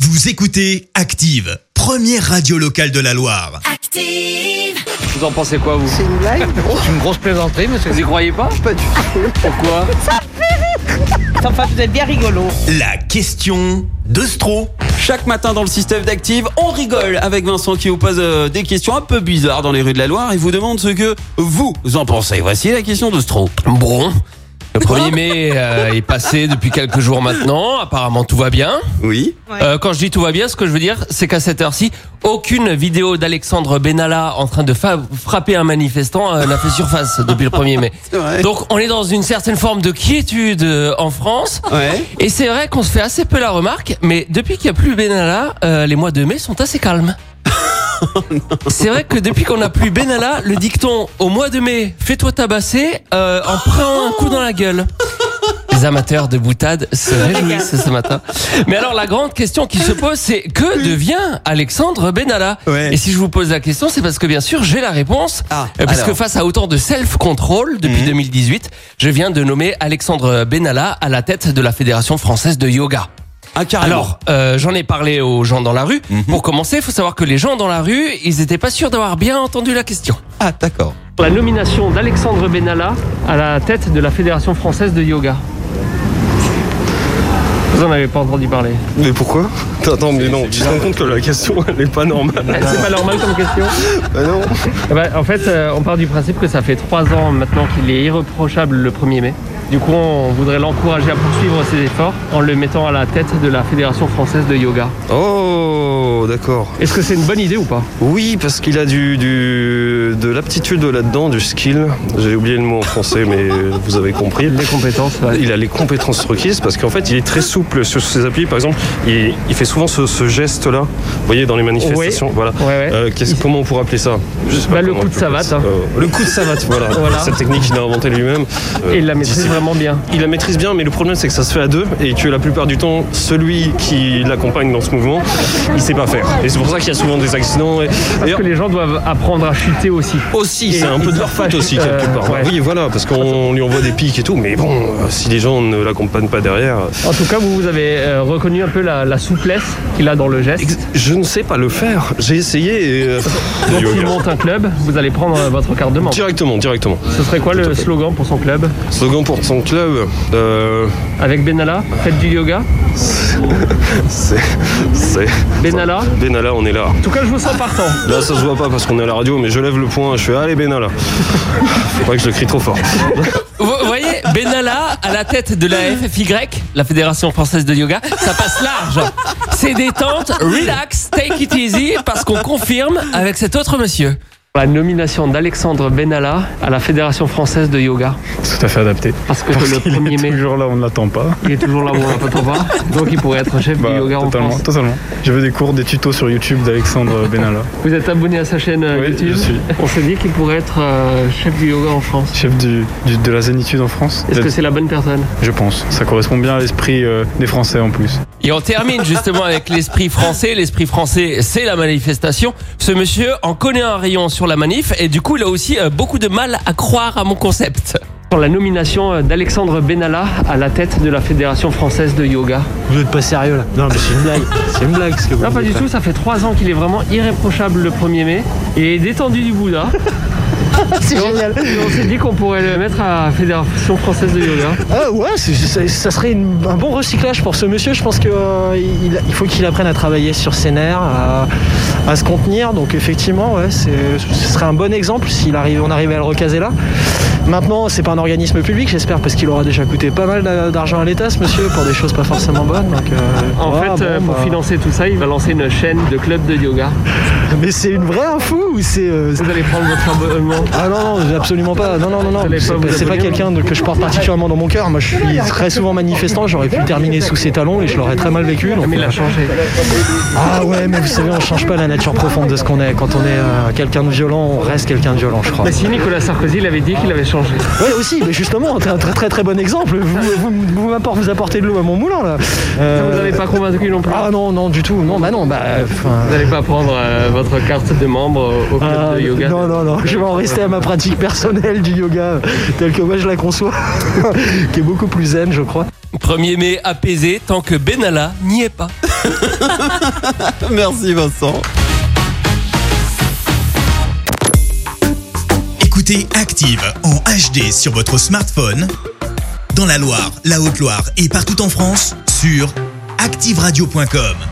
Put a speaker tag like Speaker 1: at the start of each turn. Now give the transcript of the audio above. Speaker 1: Vous écoutez Active, première radio locale de la Loire.
Speaker 2: Active.
Speaker 3: Vous en pensez quoi, vous
Speaker 4: C'est une blague
Speaker 3: C'est une grosse plaisanterie, monsieur. Vous y croyez pas
Speaker 4: Pas du tout.
Speaker 3: Pourquoi
Speaker 4: Enfin, vous êtes bien rigolo.
Speaker 1: La question de Stro.
Speaker 5: Chaque matin dans le système d'Active, on rigole avec Vincent qui vous pose euh, des questions un peu bizarres dans les rues de la Loire et vous demande ce que vous en pensez. Voici la question de Stro.
Speaker 6: Bon, le 1er mai euh, est passé depuis quelques jours maintenant. Apparemment, tout va bien.
Speaker 5: Oui.
Speaker 6: Euh, quand je dis tout va bien, ce que je veux dire, c'est qu'à cette heure-ci, aucune vidéo d'Alexandre Benalla en train de fa- frapper un manifestant euh, n'a fait surface depuis le 1er mai.
Speaker 5: C'est vrai.
Speaker 6: Donc, on est dans une certaine forme de quiétude euh, en France.
Speaker 5: Ouais.
Speaker 6: Et c'est vrai qu'on se fait assez peu la remarque, mais depuis qu'il n'y a plus Benalla, euh, les mois de mai sont assez calmes. c'est vrai que depuis qu'on n'a plus Benalla, le dicton au mois de mai, fais-toi tabasser, euh, en prend un coup dans la gueule. Les amateurs de boutade se réjouissent ce matin. Mais alors la grande question qui se pose, c'est que devient Alexandre Benalla
Speaker 5: Ouais.
Speaker 6: Et si je vous pose la question, c'est parce que bien sûr j'ai la réponse.
Speaker 5: Ah,
Speaker 6: Euh, Parce que
Speaker 5: alors.
Speaker 6: face à autant de self-control
Speaker 7: Mhm.
Speaker 6: depuis 2018, je viens de nommer Alexandre Benalla à la tête de la Fédération française de yoga.
Speaker 5: Ah, carrément.
Speaker 6: Alors, euh, j'en ai parlé aux gens dans la rue.
Speaker 7: Mhm.
Speaker 6: Pour commencer, il faut savoir que les gens dans la rue, ils étaient pas sûrs d'avoir bien entendu la question.
Speaker 5: Ah, d'accord.
Speaker 7: La nomination d'Alexandre Benalla à la tête de la Fédération française de yoga. Vous en avez pas entendu parler.
Speaker 8: Mais pourquoi Attends, mais non, tu te rends compte que la question, elle est pas normale.
Speaker 7: Ah, C'est pas normal comme question
Speaker 8: Bah non.
Speaker 7: Eh ben, En fait, euh, on part du principe que ça fait trois ans maintenant qu'il est irréprochable le 1er mai. Du coup, on voudrait l'encourager à poursuivre ses efforts en le mettant à la tête de la Fédération française de yoga.
Speaker 8: Oh, d'accord.
Speaker 7: Est-ce que c'est une bonne idée ou pas
Speaker 8: Oui, parce qu'il a du, du- de l'aptitude là-dedans, du skill. J'ai oublié le mot en français, mais vous avez compris.
Speaker 7: Les compétences, ouais.
Speaker 8: Il a les compétences requises parce qu'en fait, il est très souple sur ses appuis. Par exemple, il, il fait souvent ce, ce geste-là. Vous voyez, dans les manifestations. Voilà.
Speaker 7: Ouais, ouais.
Speaker 8: Euh, qu'est-ce- comment on pourrait appeler ça Je sais
Speaker 7: Bah, le
Speaker 8: comment
Speaker 7: coup
Speaker 8: on
Speaker 7: de
Speaker 8: peut
Speaker 7: savate,
Speaker 8: appeler ça. Euh, le coup de savate, voilà.
Speaker 7: Voilà.
Speaker 8: Cette technique qu'il a inventée lui-même. Euh,
Speaker 7: Et il la maîtrise
Speaker 8: d'ici-
Speaker 7: vraiment bien.
Speaker 8: Il la maîtrise bien, mais le problème c'est que ça se fait à deux et que la plupart du temps, celui qui l'accompagne dans ce mouvement, il sait pas faire. Et c'est pour ça qu'il y a souvent des accidents. Et,
Speaker 7: Parce
Speaker 8: et-
Speaker 7: que les gens doivent apprendre à chuter aussi.
Speaker 8: aussi, c'est un peu de leur faute aussi
Speaker 7: Euh,
Speaker 8: quelque part.
Speaker 7: ouais.
Speaker 8: Oui, voilà, parce qu'on lui envoie des pics et tout, mais bon, euh, si les gens ne l'accompagnent pas derrière,
Speaker 7: En tout cas, vous, vous avez euh, reconnu un peu la, la souplesse qu'il a dans le geste.
Speaker 8: Ex- je ne sais pas le faire. J'ai essayé. Et, euh,
Speaker 7: Donc
Speaker 8: yoga.
Speaker 7: il monte un club, vous allez prendre euh, votre carte de membre.
Speaker 8: Directement, directement.
Speaker 7: Ce serait quoi le slogan pour son club
Speaker 8: Slogan pour son club, euh,
Speaker 7: Avec Benalla, faites du yoga.
Speaker 8: c'est, c'est
Speaker 7: Benalla. En
Speaker 8: Benalla, on est là.
Speaker 7: tout cas, je vous sens partant.
Speaker 8: Là, ça se voit pas parce qu'on est à la radio, mais je lève le poing. Je fais allez Benalla. Faut pas que je le crie trop fort.
Speaker 6: Vous voyez, Benalla à la tête de la FFY, la Fédération Française de Yoga, ça passe large. C'est détente, relax, take it easy, parce qu'on confirme avec cet autre monsieur.
Speaker 7: La nomination d'Alexandre Benalla à la Fédération Française de Yoga.
Speaker 9: Tout à fait adapté.
Speaker 7: Parce que le 1er mai,
Speaker 9: Toujours là, on ne l'attend pas.
Speaker 7: il est toujours là où on peut pas. Donc il pourrait être chef
Speaker 9: Bah,
Speaker 7: du yoga en
Speaker 9: totalement,
Speaker 7: France.
Speaker 9: totalement. Je veux des cours, des tutos sur YouTube d'Alexandre Benalla.
Speaker 7: Vous êtes abonné à sa chaîne euh,
Speaker 9: Oui,
Speaker 7: YouTube
Speaker 9: je suis.
Speaker 7: On s'est dit qu'il pourrait être euh, chef du yoga en France.
Speaker 9: Chef du, du- de la zénitude en France
Speaker 7: Est-ce que c'est la bonne personne
Speaker 9: Je pense. Ça correspond bien à l'esprit euh, des Français en plus.
Speaker 6: Et on termine justement avec l'esprit français. L'esprit français, c'est la manifestation. Ce monsieur en connaît un rayon sur la manif et du coup, il a aussi euh, beaucoup de mal à croire à mon concept.
Speaker 7: Sur la nomination euh, d'Alexandre Benalla à la tête de la Fédération Française de Yoga.
Speaker 10: Vous êtes pas sérieux là Non mais c'est une blague, c'est une blague ce que vous
Speaker 7: Non, pas
Speaker 10: dites,
Speaker 7: du
Speaker 10: là.
Speaker 7: tout, ça fait trois ans qu'il est vraiment irréprochable le 1er mai et détendu du Bouddha.
Speaker 10: C'est génial.
Speaker 7: Et on s'est dit qu'on pourrait le mettre à la Fédération Française de Yoga.
Speaker 10: Ah ouais, c'est- ça, ça serait une- un bon recyclage pour ce monsieur. Je pense qu'il il il faut qu'il apprenne à travailler sur ses nerfs, à, à se contenir. Donc effectivement, ouais, c'est- ce serait un bon exemple si arrive, on arrivait à le recaser là. Maintenant, c'est pas un organisme public, j'espère, parce qu'il aura déjà coûté pas mal d'a- d'argent à l'État, ce monsieur, pour des choses pas forcément bonnes. Donc, euh,
Speaker 7: En
Speaker 10: ah,
Speaker 7: fait,
Speaker 10: bon,
Speaker 7: euh, pour
Speaker 10: bah.
Speaker 7: financer tout ça, il va lancer une chaîne de clubs de yoga.
Speaker 10: Mais c'est une vraie info ou c'est euh,
Speaker 7: Vous allez prendre votre abonnement.
Speaker 10: Ah non, non, absolument pas. Non, non, non, non.
Speaker 7: Vous allez
Speaker 10: C'est
Speaker 7: pas vous
Speaker 10: pas, c'est pas
Speaker 7: abonner,
Speaker 10: quelqu'un de- que je porte particulièrement dans mon cœur. Moi, je suis très souvent manifestant. J'aurais pu terminer sous ses talons et je l'aurais très mal vécu. donc,
Speaker 7: Ah, Mais il
Speaker 10: euh,
Speaker 7: a changé.
Speaker 10: ah ouais, mais vous savez, on change pas la nature profonde de ce qu'on est. Quand on est euh, quelqu'un de violent, on reste quelqu'un de violent, je crois.
Speaker 7: Mais si Nicolas Sarkozy l'avait dit qu'il avait changé.
Speaker 10: Ouais, aussi, mais justement, t'es un très très très bon exemple. Vous, vous, vous m'apportez- vous apportez de l'eau à mon moulin là.
Speaker 7: Ça
Speaker 10: Euh,
Speaker 7: vous n'avez pas convaincu non plus.
Speaker 10: Ah non, non, du tout. Non, bah non, bah. enfin,
Speaker 7: Vous n'allez pas prendre euh, votre carte de membre au- au club
Speaker 10: ah,
Speaker 7: de yoga.
Speaker 10: non, non, non, je vais en rester à ma euh, pratique personnelle du yoga, telle que moi je la conçois, qui est beaucoup plus zen, je crois.
Speaker 6: 1er mai apaisé tant que Benalla n'y est pas.
Speaker 5: Merci Vincent.
Speaker 1: Écoutez Active en HD sur votre smartphone, dans la Loire, la Haute-Loire et partout en France, sur activeradio.com.